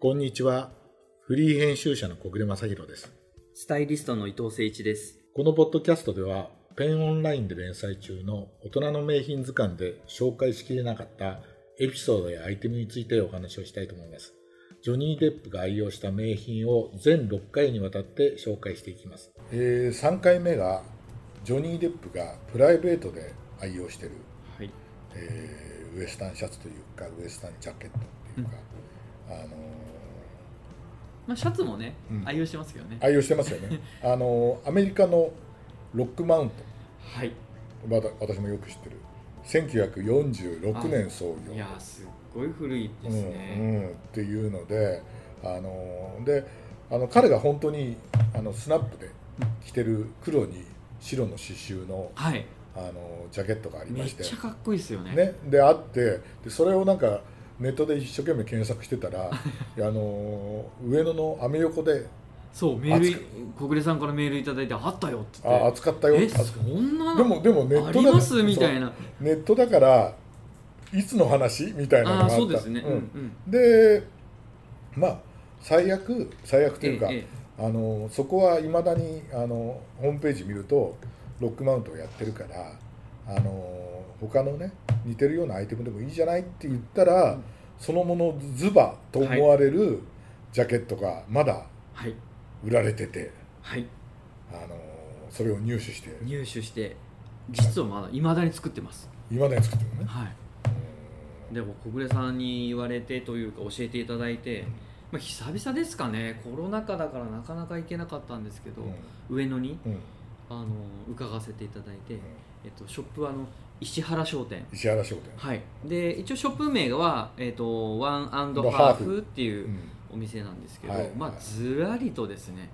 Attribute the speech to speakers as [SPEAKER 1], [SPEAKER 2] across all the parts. [SPEAKER 1] こんにちは。フリー編集者の小暮正弘です。
[SPEAKER 2] スタイリストの伊藤誠一です。
[SPEAKER 1] このポッドキャストでは、ペンオンラインで連載中の大人の名品図鑑で紹介しきれなかったエピソードやアイテムについてお話をしたいと思います。ジョニー・デップが愛用した名品を全6回にわたって紹介していきます。え3回目が、ジョニー・デップがプライベートで愛用している
[SPEAKER 2] はい。
[SPEAKER 1] えーウエスタンシャツというかウエスタンジャケットっていうか、あのー
[SPEAKER 2] まあシャツもね、
[SPEAKER 1] うん
[SPEAKER 2] 愛用してますけどね。
[SPEAKER 1] 愛用してますよ ねあのーアメリカのロックマウン
[SPEAKER 2] はい。
[SPEAKER 1] トわた私もよく知ってる1946年創業
[SPEAKER 2] いやーすっごい古いです
[SPEAKER 1] う
[SPEAKER 2] ね。
[SPEAKER 1] んうん、っていうのであのーであの彼が本当にあのスナップで着てる黒に白の刺繍の
[SPEAKER 2] はい。
[SPEAKER 1] あのージャケットがあり
[SPEAKER 2] め
[SPEAKER 1] ま
[SPEAKER 2] っ
[SPEAKER 1] して
[SPEAKER 2] ちゃかっこいいですよね。
[SPEAKER 1] ね、であってでそれをなんかネットで一生懸命検索してた らあのー上野のアメ横で
[SPEAKER 2] そうメールい
[SPEAKER 1] 熱く
[SPEAKER 2] 小暮さんからメールいただいてあったよって
[SPEAKER 1] 「
[SPEAKER 2] 言
[SPEAKER 1] あ
[SPEAKER 2] って。
[SPEAKER 1] 扱ったよ」
[SPEAKER 2] え
[SPEAKER 1] あ
[SPEAKER 2] そんな
[SPEAKER 1] でもでもネッ
[SPEAKER 2] あ
[SPEAKER 1] ト
[SPEAKER 2] り
[SPEAKER 1] だ
[SPEAKER 2] ますみたいな。
[SPEAKER 1] そうネットだからいつの話みたいなのがあっ
[SPEAKER 2] ああ
[SPEAKER 1] た
[SPEAKER 2] そうですね。うん
[SPEAKER 1] う
[SPEAKER 2] うんん。
[SPEAKER 1] でまあ最悪最悪というか、
[SPEAKER 2] えええ
[SPEAKER 1] あのそこはいまだにあのホームページ見るとロックマウントをやってるからあの他のね似てるようなアイテムでもいいじゃないって言ったら、
[SPEAKER 2] うん
[SPEAKER 1] そのものズバと思われるジャケットがまだ
[SPEAKER 2] えはい
[SPEAKER 1] 売られてて、
[SPEAKER 2] はい
[SPEAKER 1] あのそれを入手して
[SPEAKER 2] 入手して実はまだ未だに作ってます。
[SPEAKER 1] いまだに作ってるのね。
[SPEAKER 2] はい。でも小暮さんに言われてというか教えていただいて、まあ、久々ですかねコロナ禍だからなかなか行けなかったんですけど、上野に
[SPEAKER 1] うんうん
[SPEAKER 2] あの伺わせていただいて、えっと、ショップはあの石原商店
[SPEAKER 1] 石原商店、
[SPEAKER 2] はいで一応ショップ名は、えっと、ワンアンド
[SPEAKER 1] ハ
[SPEAKER 2] ハ
[SPEAKER 1] ー
[SPEAKER 2] ー
[SPEAKER 1] フ
[SPEAKER 2] フっていううんお店なんですけど、
[SPEAKER 1] はい
[SPEAKER 2] まあ
[SPEAKER 1] はい
[SPEAKER 2] ずらりとですね、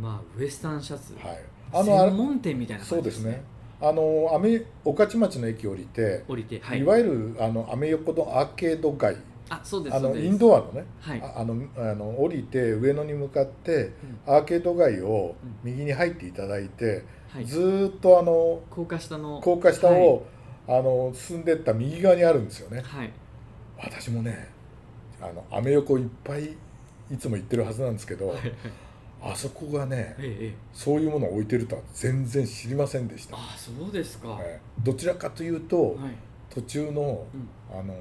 [SPEAKER 2] まあ、ウエスタンシャツ、
[SPEAKER 1] はい、あのあ
[SPEAKER 2] 専
[SPEAKER 1] れ
[SPEAKER 2] 門店みたいな
[SPEAKER 1] そ
[SPEAKER 2] 感
[SPEAKER 1] うで
[SPEAKER 2] じですすね
[SPEAKER 1] ねあのアメ御徒町の駅降りて、、
[SPEAKER 2] 降りてはいい
[SPEAKER 1] わゆるあのアメ横のアーケード街
[SPEAKER 2] あそうです
[SPEAKER 1] あ
[SPEAKER 2] そう
[SPEAKER 1] の
[SPEAKER 2] です
[SPEAKER 1] インドアのね、
[SPEAKER 2] はい
[SPEAKER 1] ああのあの降りて上野に向かってアーケード街を右に入っていただいて、
[SPEAKER 2] はい
[SPEAKER 1] ずーっとあの
[SPEAKER 2] 高架下の
[SPEAKER 1] 高架下を、あの進んでった右側にあるんですよね
[SPEAKER 2] はい
[SPEAKER 1] 私もねあのアメ横いっぱいいつも行ってるはずなんですけど、あそこがね
[SPEAKER 2] ええええ
[SPEAKER 1] そういうものを置いてるとは全然知りませんでした、
[SPEAKER 2] あそうですか、はい
[SPEAKER 1] ええどちらかというと、途中の
[SPEAKER 2] うん、
[SPEAKER 1] あの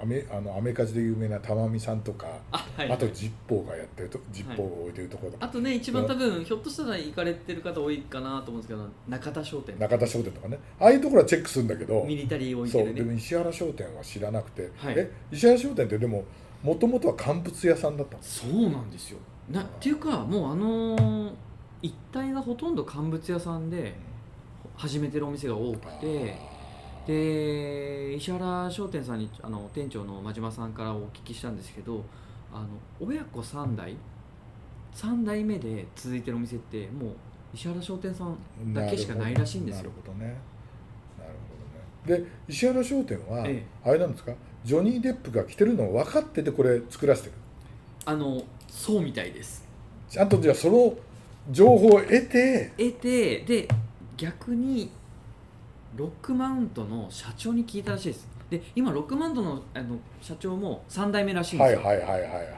[SPEAKER 1] アメあのアメカジで有名な玉美さんとか
[SPEAKER 2] あはい
[SPEAKER 1] あとジッポーがやってるとジッポーを置いてるところ、
[SPEAKER 2] あとね一番多分ひょっとしたら行かれてる方多いかなと思うんですけど中田商店
[SPEAKER 1] 中田商店とかねああいうところはチェックするんだけど、
[SPEAKER 2] ミリタリー置い
[SPEAKER 1] そ
[SPEAKER 2] て
[SPEAKER 1] うで
[SPEAKER 2] る
[SPEAKER 1] も
[SPEAKER 2] ね
[SPEAKER 1] 石原商店は知らなくて、
[SPEAKER 2] はい
[SPEAKER 1] え石原商店ってでももともとは乾物屋さんだったんです
[SPEAKER 2] そうなんですよなっていうかもうあのー一帯がほとんど乾物屋さんで始めてるお店が多くてで石原商店さんにあの店長の真島さんからお聞きしたんですけどあの親子3代3代目で続いてるお店ってもう石原商店さんだけしかないらしいんですよ
[SPEAKER 1] なるほどねなるほどねで石原商店は、
[SPEAKER 2] え
[SPEAKER 1] あれなんですかジョニー・デップが来てるのを分かっててこれ作らせてる
[SPEAKER 2] あのそうみたいです
[SPEAKER 1] ちゃんとじゃあその情報を得て
[SPEAKER 2] 得てで逆にロックマウントの社長に聞いたらしいですで今ロックマウントのあの社長も3代目らしいんで
[SPEAKER 1] はい
[SPEAKER 2] すよ、
[SPEAKER 1] はいはいはいはいはいはい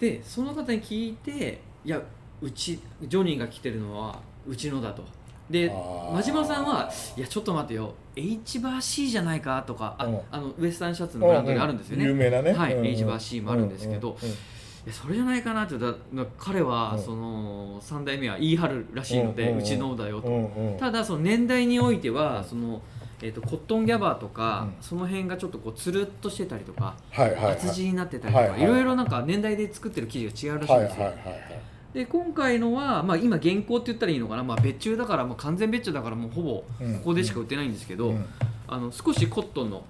[SPEAKER 2] でその方に聞いていやうちジョニーが来てるのはうちのだとで
[SPEAKER 1] あー
[SPEAKER 2] 真島さんはいやちょっと待てよ H バー C じゃないかとかあ,、
[SPEAKER 1] うん
[SPEAKER 2] あのウエスタンシャツのブランドがあるんですよね、
[SPEAKER 1] う有名なね
[SPEAKER 2] はい
[SPEAKER 1] うんうん
[SPEAKER 2] H バー C もあるんですけ
[SPEAKER 1] う
[SPEAKER 2] ど
[SPEAKER 1] んうんうん
[SPEAKER 2] いやそれじゃないかなって言ったら彼
[SPEAKER 1] う
[SPEAKER 2] は
[SPEAKER 1] ん
[SPEAKER 2] その3代目は言い張るらしいの
[SPEAKER 1] う
[SPEAKER 2] で、うん
[SPEAKER 1] うんうん
[SPEAKER 2] ちのだよと、
[SPEAKER 1] うんうん
[SPEAKER 2] ただその年代において
[SPEAKER 1] うん
[SPEAKER 2] はその、えー、とコットンギャバーとか、
[SPEAKER 1] うん
[SPEAKER 2] その辺がちょっとこうつるっとしてたりとか
[SPEAKER 1] はいはいはい
[SPEAKER 2] 厚地になってたりとか、
[SPEAKER 1] はい
[SPEAKER 2] い
[SPEAKER 1] はい
[SPEAKER 2] ろいろなんか年代で作ってる生地が違うらしい
[SPEAKER 1] は
[SPEAKER 2] ん
[SPEAKER 1] いはい
[SPEAKER 2] ですよ、
[SPEAKER 1] はいはい
[SPEAKER 2] で今回のは、まあ、今現行って言ったらいいのかな、まあ、別注だからもう完全別注だからもうほぼ
[SPEAKER 1] うん
[SPEAKER 2] ここでしか売ってないんですけ
[SPEAKER 1] う
[SPEAKER 2] ど、
[SPEAKER 1] ん
[SPEAKER 2] あの少しコットンの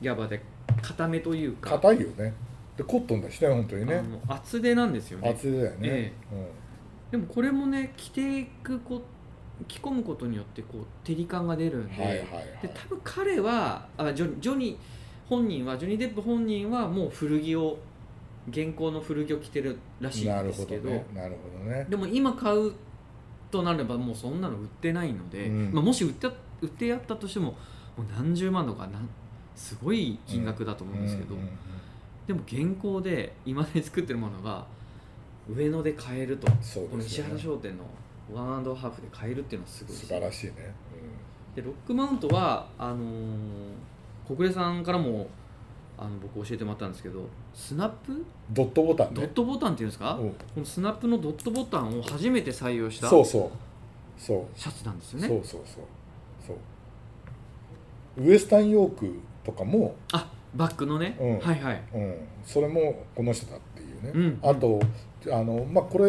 [SPEAKER 2] ギャバーで固めというか
[SPEAKER 1] 硬いよねでコットンだしね本当に
[SPEAKER 2] あ
[SPEAKER 1] ね
[SPEAKER 2] の厚手なんですよね
[SPEAKER 1] 厚手だよね
[SPEAKER 2] えでもこれもね着ていくこ着込むことによってこう照り感が出
[SPEAKER 1] う
[SPEAKER 2] る
[SPEAKER 1] んん
[SPEAKER 2] で,、
[SPEAKER 1] はいはいはい
[SPEAKER 2] で多分彼はあジョジョニー本人はジョニー・デップ本人はもう古着を現行の古着を着てるらしい
[SPEAKER 1] なんる
[SPEAKER 2] で
[SPEAKER 1] ほ
[SPEAKER 2] す
[SPEAKER 1] ど
[SPEAKER 2] けど
[SPEAKER 1] ねなるほどね
[SPEAKER 2] でも今買うとなればもうそんなの売ってないので、
[SPEAKER 1] うん
[SPEAKER 2] まあ、もし売った売ってやったとしてももう何十万とかなんすごい金額だと思うんですけど、
[SPEAKER 1] うんうんうん
[SPEAKER 2] でも現行で今で作ってるものが上野で買えると、
[SPEAKER 1] そう
[SPEAKER 2] こ
[SPEAKER 1] で
[SPEAKER 2] の
[SPEAKER 1] す
[SPEAKER 2] 石
[SPEAKER 1] よ
[SPEAKER 2] 原
[SPEAKER 1] ね
[SPEAKER 2] 商店のワンアンドハーフで買えるっていうのはすごい
[SPEAKER 1] 素晴ら
[SPEAKER 2] い
[SPEAKER 1] しいね、
[SPEAKER 2] でロックマウントはあのー国連さんからもあの僕教えてもらったんですけどスナップ
[SPEAKER 1] うん、ドットボタン
[SPEAKER 2] ドッ
[SPEAKER 1] ね
[SPEAKER 2] トボタンっていうんですか、
[SPEAKER 1] うん
[SPEAKER 2] このスナップのドットボタンを初めて採用したシ
[SPEAKER 1] そうそうそう
[SPEAKER 2] ャツなんですよ
[SPEAKER 1] そう
[SPEAKER 2] ね
[SPEAKER 1] そうそうそうウエスタンヨークとかも、
[SPEAKER 2] あバックのね、
[SPEAKER 1] うん
[SPEAKER 2] はいはい
[SPEAKER 1] うん、それもこの人だっていうね、
[SPEAKER 2] うん
[SPEAKER 1] あとあの、まあ、これ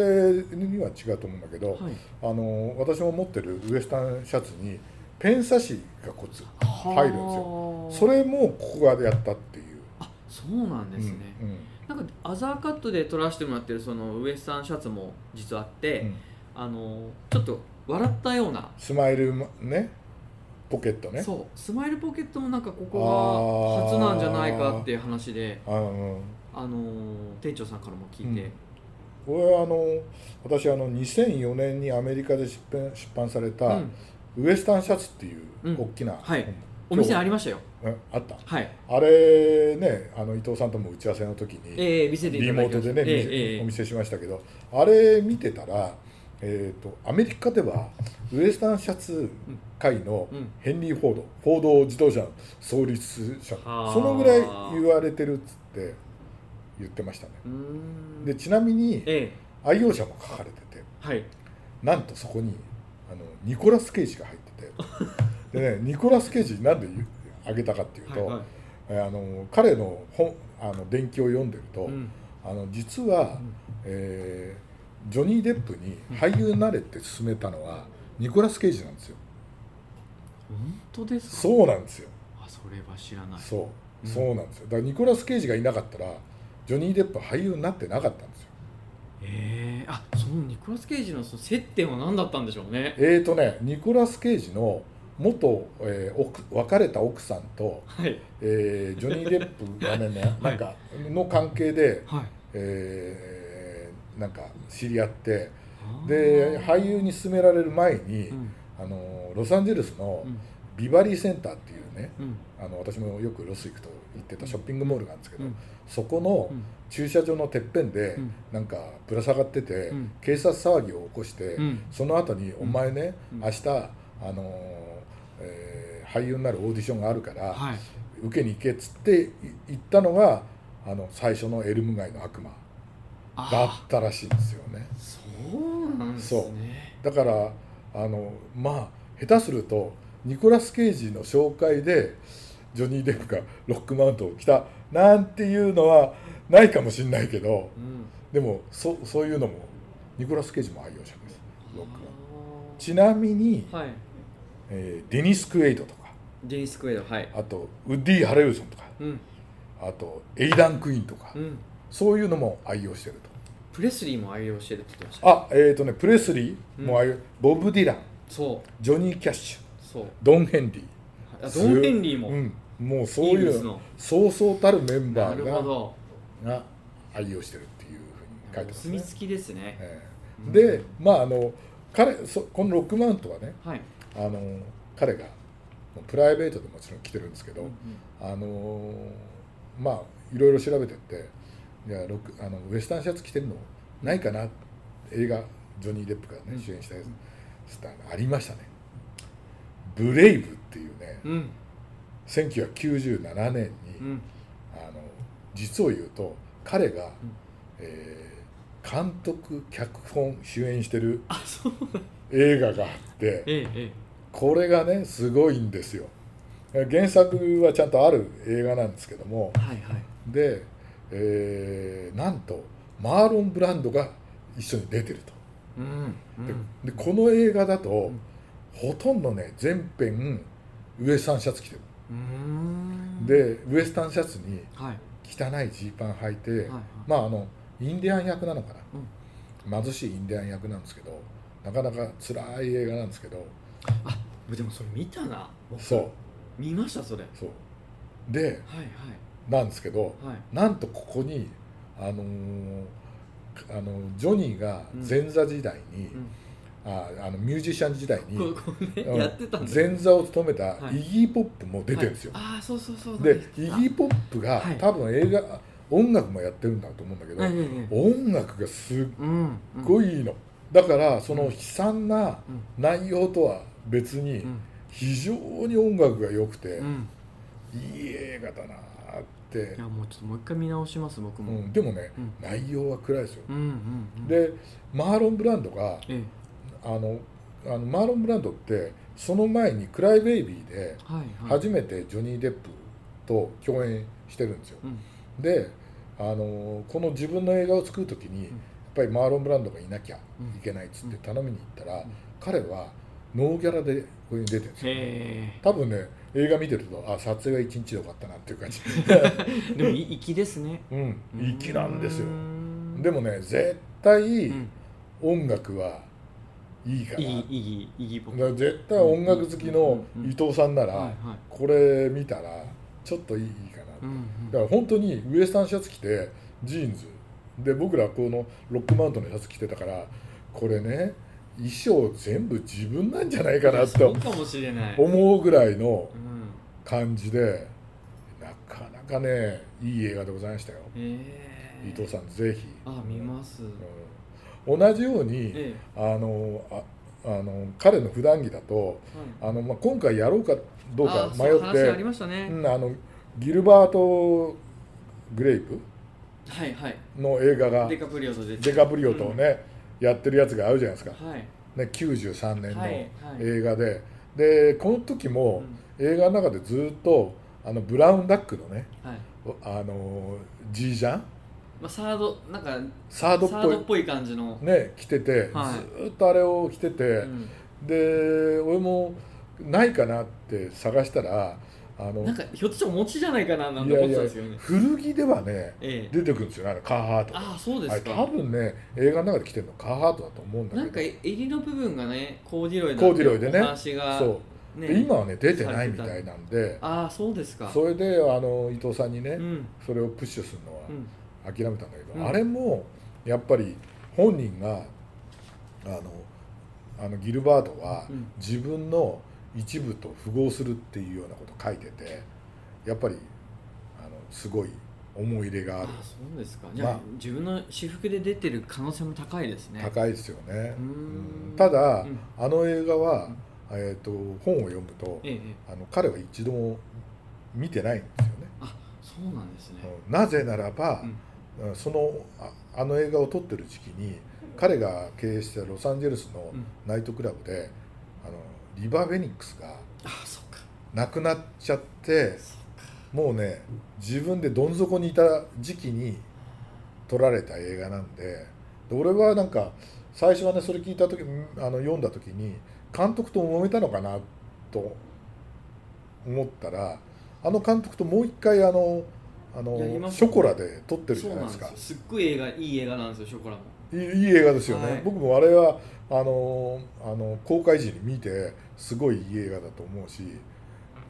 [SPEAKER 1] には違うと思うんだけど、
[SPEAKER 2] はい
[SPEAKER 1] あの私も持ってるウエスタンシャツにペン差しがこつ入るんですよ
[SPEAKER 2] よ
[SPEAKER 1] それもここがやったっていう
[SPEAKER 2] あそうなんですね、
[SPEAKER 1] うんうん
[SPEAKER 2] なんかアザーカットで撮らせてもらってるそのウエスタンシャツも実はあって、
[SPEAKER 1] うん
[SPEAKER 2] あのちょっと笑ったような、
[SPEAKER 1] スマイルねポケットね
[SPEAKER 2] そうスマイルポケットもなんかこ
[SPEAKER 1] あ
[SPEAKER 2] こ
[SPEAKER 1] ー
[SPEAKER 2] が初なんじゃないかっていう話で
[SPEAKER 1] あの
[SPEAKER 2] あの店長さんからも聞いて、
[SPEAKER 1] これはあの私あの2004年にアメリカで出版出版され
[SPEAKER 2] うん
[SPEAKER 1] たウエスタンシャツっていう
[SPEAKER 2] うん
[SPEAKER 1] 大きな、
[SPEAKER 2] はい
[SPEAKER 1] 本
[SPEAKER 2] お店ありましたよ
[SPEAKER 1] えあった
[SPEAKER 2] はい
[SPEAKER 1] あれねあの伊藤さんとも打ち合わせの時に
[SPEAKER 2] ええ見せてい
[SPEAKER 1] リ
[SPEAKER 2] ただ
[SPEAKER 1] モ
[SPEAKER 2] き
[SPEAKER 1] ー
[SPEAKER 2] ま
[SPEAKER 1] ト
[SPEAKER 2] した
[SPEAKER 1] でね、
[SPEAKER 2] えええ
[SPEAKER 1] お
[SPEAKER 2] え
[SPEAKER 1] 見せしましたけどあれ見てたら、えー、とアメリカではウエスタンシャツ界の
[SPEAKER 2] うん
[SPEAKER 1] ヘンリー・フォード、フォード自動車の創立者
[SPEAKER 2] はあ
[SPEAKER 1] そのぐらい言われてるっつって言ってましたね
[SPEAKER 2] うーん
[SPEAKER 1] でちなみに
[SPEAKER 2] え
[SPEAKER 1] 愛用者も書かれてて
[SPEAKER 2] えはい
[SPEAKER 1] なんとそこにあのニコラス・ケイジが入 っててでねニコラス・ケイジなんで言うあげたかっていう
[SPEAKER 2] はい
[SPEAKER 1] と、
[SPEAKER 2] はい
[SPEAKER 1] えーあの彼の本あの伝記を読んでると、
[SPEAKER 2] うん
[SPEAKER 1] あの実は、えージョニー・デップに俳優になれって勧めたのはニコラス・ケイジなんですよ
[SPEAKER 2] 本当ですか
[SPEAKER 1] そうなんですよ
[SPEAKER 2] あそれは知らない
[SPEAKER 1] そううんそうなんですよだからニコラス・ケイジがいなかったらジョニー・デップは俳優になってなかったんですよ
[SPEAKER 2] ええあそのニコラス・ケイジのその接点は何だったんでしょうね
[SPEAKER 1] えーとねニコラス・ケイジの元、えー奥別れた奥さんと、
[SPEAKER 2] はい
[SPEAKER 1] えージョニー・デップ がね、ね
[SPEAKER 2] はい
[SPEAKER 1] なんかの関係で、
[SPEAKER 2] はい
[SPEAKER 1] えーなんか知り合って
[SPEAKER 2] あー
[SPEAKER 1] で俳優に勧められる前に、
[SPEAKER 2] うん
[SPEAKER 1] あのロサンゼルスの
[SPEAKER 2] うん
[SPEAKER 1] ビバリーセンターっていうね
[SPEAKER 2] うん
[SPEAKER 1] あの私もよくロス行くと行ってたショッピングモールがあるんですけど、
[SPEAKER 2] うん
[SPEAKER 1] そこの
[SPEAKER 2] うん
[SPEAKER 1] 駐車場のてっぺんで、
[SPEAKER 2] うん
[SPEAKER 1] なんかぶら下がってて、
[SPEAKER 2] うん
[SPEAKER 1] 警察騒ぎを起こして、
[SPEAKER 2] うん
[SPEAKER 1] その後に「お前ね、
[SPEAKER 2] うん
[SPEAKER 1] 明日あのーえー俳優になるオーディションがあるから、
[SPEAKER 2] はい
[SPEAKER 1] 受けに行け」っつってい行ったのがあの最初のエルム街の悪魔だ
[SPEAKER 2] あ
[SPEAKER 1] ったらしいんですよね。
[SPEAKER 2] そうなんですね
[SPEAKER 1] だからあのまあ下手するとニコラス・ケイジの紹介でジョニー・デップがロックマウントを着たなんていうのはないかもしれないけど
[SPEAKER 2] うん
[SPEAKER 1] でもそそういうのもニコラス・ケイジも愛用者ですロックマウント
[SPEAKER 2] あ
[SPEAKER 1] ちなみに、
[SPEAKER 2] ーはい
[SPEAKER 1] えーデニス・クエイドとか
[SPEAKER 2] デニス・クエイドはい
[SPEAKER 1] あとウッディ・ハレルソンとか
[SPEAKER 2] うん
[SPEAKER 1] あとエイダン・クイーンとか、
[SPEAKER 2] うん
[SPEAKER 1] そういうのも愛用してると
[SPEAKER 2] プレスリーも愛用してるって言ってました
[SPEAKER 1] あえっ、とねプレスリーも愛用、ボブ・ディラン
[SPEAKER 2] そう
[SPEAKER 1] ジョニー・キャッシュ
[SPEAKER 2] そう
[SPEAKER 1] ドン・ヘンリー
[SPEAKER 2] あドン・ヘンリーも
[SPEAKER 1] うん、もうそう
[SPEAKER 2] イーグ
[SPEAKER 1] い
[SPEAKER 2] ルス
[SPEAKER 1] う
[SPEAKER 2] の
[SPEAKER 1] そうそうたるメンバ
[SPEAKER 2] な
[SPEAKER 1] ー
[SPEAKER 2] るほ
[SPEAKER 1] が
[SPEAKER 2] ど
[SPEAKER 1] が愛用してるっていうふうに書いてま
[SPEAKER 2] お
[SPEAKER 1] す
[SPEAKER 2] 墨
[SPEAKER 1] ね。
[SPEAKER 2] 付きですね
[SPEAKER 1] え
[SPEAKER 2] う
[SPEAKER 1] え
[SPEAKER 2] ん
[SPEAKER 1] でまああの彼そこのロックマウントはね
[SPEAKER 2] はい
[SPEAKER 1] あの彼がもうプライベートでもちろん来てるんですけど、
[SPEAKER 2] うん
[SPEAKER 1] あのまあいろいろ調べてっていやロックあのウエスタンシャツ着てるのないかな映画ジョニー・デップがね、
[SPEAKER 2] うん
[SPEAKER 1] 主演したやつそしたらありましたね「ブレイブ」っていうね
[SPEAKER 2] うん
[SPEAKER 1] 1997年に、
[SPEAKER 2] うん
[SPEAKER 1] あの実を言うと彼が、
[SPEAKER 2] ん
[SPEAKER 1] えー監督脚本主演してる
[SPEAKER 2] あそう
[SPEAKER 1] 映画があって
[SPEAKER 2] えええ
[SPEAKER 1] これがねすごいんですよ原作はちゃんとある映画なんですけども
[SPEAKER 2] えはいはい
[SPEAKER 1] で、えーなんとマーロン・ブランドが一緒に出てると
[SPEAKER 2] うんうん
[SPEAKER 1] でこの映画だと、
[SPEAKER 2] ん
[SPEAKER 1] ほとんどね全編ウエスタンシャツ着てる
[SPEAKER 2] うーん
[SPEAKER 1] でウエスタンシャツに
[SPEAKER 2] はい
[SPEAKER 1] 汚いジーパン履いて、
[SPEAKER 2] はいはい
[SPEAKER 1] まああのインディアン役なのかな、貧しいインディアン役なんですけどなかなか辛い映画なんですけど
[SPEAKER 2] あでもそれ見たな僕
[SPEAKER 1] そう
[SPEAKER 2] 見ましたそれはい
[SPEAKER 1] そうで
[SPEAKER 2] は
[SPEAKER 1] なんですけど
[SPEAKER 2] いはい
[SPEAKER 1] なんとここにあのーあのジョニーが前座時代に、
[SPEAKER 2] ん
[SPEAKER 1] ああのミュージシャン時代に、
[SPEAKER 2] ここね
[SPEAKER 1] うん
[SPEAKER 2] やってたんだ
[SPEAKER 1] 前座を務めた
[SPEAKER 2] はい
[SPEAKER 1] イギー・ポップも出てるんですよ、
[SPEAKER 2] はいああそうそうそう
[SPEAKER 1] で
[SPEAKER 2] なん
[SPEAKER 1] イギ
[SPEAKER 2] か
[SPEAKER 1] ー・ポップが
[SPEAKER 2] はい
[SPEAKER 1] 多分映画音楽もやってるんだと思うんだけど、
[SPEAKER 2] ええええ
[SPEAKER 1] 音楽がすっ
[SPEAKER 2] うんうん
[SPEAKER 1] ごいいいのだからその悲惨な
[SPEAKER 2] うん
[SPEAKER 1] 内容とは別に
[SPEAKER 2] うん
[SPEAKER 1] 非常に音楽が良くて
[SPEAKER 2] うん
[SPEAKER 1] いい映画だなーって
[SPEAKER 2] いやもうちょっともう一回見直します僕
[SPEAKER 1] う
[SPEAKER 2] も、
[SPEAKER 1] んでもね
[SPEAKER 2] うん
[SPEAKER 1] 内容は暗いですよ
[SPEAKER 2] うんうんうん、
[SPEAKER 1] でマーロン・ブランドが
[SPEAKER 2] ええ
[SPEAKER 1] あのあのマーロン・ブランドってその前に「クライ・ベイビー」で
[SPEAKER 2] はいはい
[SPEAKER 1] 初めてジョニー・デップと共演してるんですよ
[SPEAKER 2] うん
[SPEAKER 1] であのこの自分の映画を作る時にや
[SPEAKER 2] うん
[SPEAKER 1] っぱりマーロン・ブランドがいなきゃい
[SPEAKER 2] うん
[SPEAKER 1] けないっつって
[SPEAKER 2] うん
[SPEAKER 1] 頼みに行ったら
[SPEAKER 2] うん
[SPEAKER 1] 彼はノーギャラでここに出てるんですよ
[SPEAKER 2] へ
[SPEAKER 1] 多分ね映画見てるとあ撮影は一日でよかったなっていう感 じ
[SPEAKER 2] えでもい 粋ですね
[SPEAKER 1] うん粋なんですよ
[SPEAKER 2] うん
[SPEAKER 1] でもね絶対
[SPEAKER 2] うん
[SPEAKER 1] 音楽はいいか
[SPEAKER 2] い
[SPEAKER 1] ら
[SPEAKER 2] いいいいい
[SPEAKER 1] だ
[SPEAKER 2] 僕
[SPEAKER 1] から絶対音楽好きの伊藤さんな
[SPEAKER 2] は
[SPEAKER 1] ら
[SPEAKER 2] いはい
[SPEAKER 1] これ見たらちょっといいかな
[SPEAKER 2] うんうん
[SPEAKER 1] だから本当にウエスタンシャツ着てジーンズで僕らこのロックマウントのシャツ着てたからこれね衣装全部自分なんじゃないかな
[SPEAKER 2] そう
[SPEAKER 1] と
[SPEAKER 2] かもしれない、うん、
[SPEAKER 1] 思うぐらいの感じでなかなかねいい映画でございましたよ
[SPEAKER 2] ええ
[SPEAKER 1] 伊藤さんぜひ
[SPEAKER 2] あ見ます、
[SPEAKER 1] うん同じように
[SPEAKER 2] え
[SPEAKER 1] あのああの彼の普段着だと
[SPEAKER 2] えはい
[SPEAKER 1] あの、まあ、今回やろうかどうか
[SPEAKER 2] あ
[SPEAKER 1] 迷
[SPEAKER 2] そう
[SPEAKER 1] っ
[SPEAKER 2] 話あり
[SPEAKER 1] て
[SPEAKER 2] ましたね、
[SPEAKER 1] うんあのギルバート・グレイプ
[SPEAKER 2] はいはい
[SPEAKER 1] の映画が
[SPEAKER 2] デカプリオと出て
[SPEAKER 1] デカプリオとね、やってるやつが合うじゃないですか、
[SPEAKER 2] はい
[SPEAKER 1] ね、93年の
[SPEAKER 2] はい
[SPEAKER 1] 映
[SPEAKER 2] はい、
[SPEAKER 1] 画で、でこの時
[SPEAKER 2] う
[SPEAKER 1] も
[SPEAKER 2] ん
[SPEAKER 1] 映画の中でずっとあのブラウンダックのね
[SPEAKER 2] はい
[SPEAKER 1] あのじいちゃん
[SPEAKER 2] まあ、サードなんか
[SPEAKER 1] サード
[SPEAKER 2] サードっ
[SPEAKER 1] っぽ
[SPEAKER 2] ぽい感じの
[SPEAKER 1] い、ね、着てて、
[SPEAKER 2] はい
[SPEAKER 1] ずっとあれを着てて、
[SPEAKER 2] うん
[SPEAKER 1] で俺もないかなって探したらあの
[SPEAKER 2] なんかひょっとしたら餅じゃないかななん
[SPEAKER 1] い
[SPEAKER 2] て
[SPEAKER 1] や
[SPEAKER 2] 思っ
[SPEAKER 1] い
[SPEAKER 2] て
[SPEAKER 1] や
[SPEAKER 2] たんですけどね
[SPEAKER 1] 古着ではね
[SPEAKER 2] ええ
[SPEAKER 1] 出てくるんですよねあのカーハートとか
[SPEAKER 2] ああそうで
[SPEAKER 1] あれ
[SPEAKER 2] す
[SPEAKER 1] 多
[SPEAKER 2] か
[SPEAKER 1] 分ね映画の中で着てるのカーハートだと思うんだけど
[SPEAKER 2] なんか襟の部分がねコーディロイだ
[SPEAKER 1] コーディロイでね
[SPEAKER 2] お話が
[SPEAKER 1] そう
[SPEAKER 2] ね
[SPEAKER 1] で今はね出てないみたいなんで
[SPEAKER 2] ああそうですか
[SPEAKER 1] それであの伊藤さんにね、
[SPEAKER 2] うん
[SPEAKER 1] それをプッシュするの
[SPEAKER 2] う
[SPEAKER 1] は
[SPEAKER 2] ん
[SPEAKER 1] 諦めたんだけど、
[SPEAKER 2] うん
[SPEAKER 1] あれもやっぱり本人があのあのギルバートは
[SPEAKER 2] うん
[SPEAKER 1] 自分の一部と符合するっていうようなこと書いててやっぱりあのすごい思い入れが
[SPEAKER 2] あ
[SPEAKER 1] あ
[SPEAKER 2] あ
[SPEAKER 1] る
[SPEAKER 2] そうですかじゃあ、
[SPEAKER 1] まあ
[SPEAKER 2] 自分の私服で出てる可能性も高いですね
[SPEAKER 1] 高いですよね
[SPEAKER 2] うー。ん
[SPEAKER 1] うんただ、
[SPEAKER 2] うん
[SPEAKER 1] あの映画は
[SPEAKER 2] うん、
[SPEAKER 1] えー、と本を読むと
[SPEAKER 2] ええええ
[SPEAKER 1] あの彼は一度も見てないんですよね。
[SPEAKER 2] そうなんですね
[SPEAKER 1] なぜならば、うんそのああの映画を撮ってる時期に彼が経営してたロサンゼルスの
[SPEAKER 2] うん
[SPEAKER 1] ナイトクラブであのリバー・フェニックスが
[SPEAKER 2] ああそうか
[SPEAKER 1] 亡くなっちゃって
[SPEAKER 2] そうか
[SPEAKER 1] もうね自分でどん底にいた時期に撮られた映画なんでで俺はなんか最初はねそれ聞いた時うんあの読んだ時に監督と揉めたのかなと思ったらあの監督ともう一回あのあ
[SPEAKER 2] やりま
[SPEAKER 1] の
[SPEAKER 2] す
[SPEAKER 1] ショコラで撮ってるじ
[SPEAKER 2] そ
[SPEAKER 1] ゃ
[SPEAKER 2] う
[SPEAKER 1] ない
[SPEAKER 2] な
[SPEAKER 1] です
[SPEAKER 2] んで
[SPEAKER 1] か
[SPEAKER 2] すよすっごい映画いい映画なんですよショコラも
[SPEAKER 1] いいいい映画ですよね、
[SPEAKER 2] はい
[SPEAKER 1] 僕もあれはあのあの公開時に見てすごいいい映画だと思うし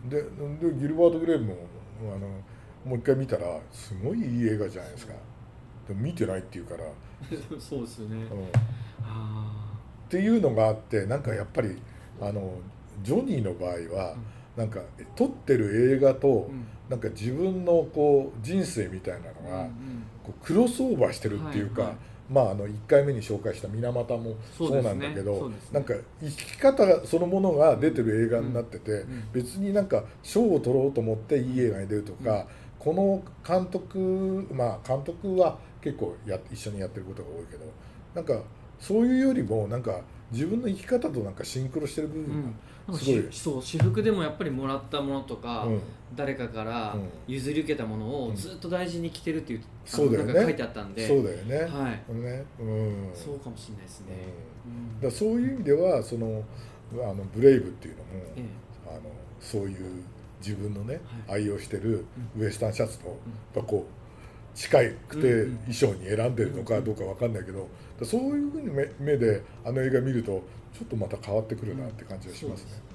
[SPEAKER 1] ででギルバート・グレーブもあのもう一回見たらすごいいい映画じゃないですかでも見てないっていうから、う
[SPEAKER 2] そうですよね
[SPEAKER 1] んっ
[SPEAKER 2] あ
[SPEAKER 1] ていうのがあってなんかやっぱりあのジョニーの場合はなんか撮ってる映画
[SPEAKER 2] あ
[SPEAKER 1] と
[SPEAKER 2] うん
[SPEAKER 1] なんか自分のこう人生みたいなのが、
[SPEAKER 2] うん
[SPEAKER 1] こうクロスオーバーしてるっていうか、
[SPEAKER 2] はいはい
[SPEAKER 1] まああの1回目に紹介した水俣も
[SPEAKER 2] そう
[SPEAKER 1] そ
[SPEAKER 2] で
[SPEAKER 1] う
[SPEAKER 2] すね
[SPEAKER 1] なんだけど、
[SPEAKER 2] そうです
[SPEAKER 1] な
[SPEAKER 2] ね
[SPEAKER 1] んか生き方がそのものが出てる映画になってて、
[SPEAKER 2] ん
[SPEAKER 1] 別になんか賞を取ろうと思っていい映画に出るとか、この監督まあ監督は結構や一緒にやってることが多いけどなんかそういうよりもなんか自分の生き方となんかシンクロしてる部
[SPEAKER 2] うん
[SPEAKER 1] 分
[SPEAKER 2] なんか
[SPEAKER 1] すごい
[SPEAKER 2] しそう私服でもやっぱりもらったものとか、
[SPEAKER 1] が、うん
[SPEAKER 2] 誰かから
[SPEAKER 1] うん
[SPEAKER 2] 譲り受けたもの
[SPEAKER 1] う
[SPEAKER 2] を
[SPEAKER 1] ん
[SPEAKER 2] ずっと大事に着てるっていう、あの
[SPEAKER 1] そうだよね
[SPEAKER 2] なんか書いてあったんで
[SPEAKER 1] そうだよね。
[SPEAKER 2] はい、
[SPEAKER 1] ねうん
[SPEAKER 2] そうかもしれないですね、うん
[SPEAKER 1] だからそういう意味ではそのあのブレイブっていうのも、
[SPEAKER 2] ええ
[SPEAKER 1] あのそういう自分のね、
[SPEAKER 2] は
[SPEAKER 1] 愛用してるウエスタンシャツと、やっぱこう近く
[SPEAKER 2] う
[SPEAKER 1] て
[SPEAKER 2] ん
[SPEAKER 1] 衣装に選んでるのかどうかわかんないけど、だからそういうふうに目目であの映画見るとちょっとまた変わってくるなって感じがしますね。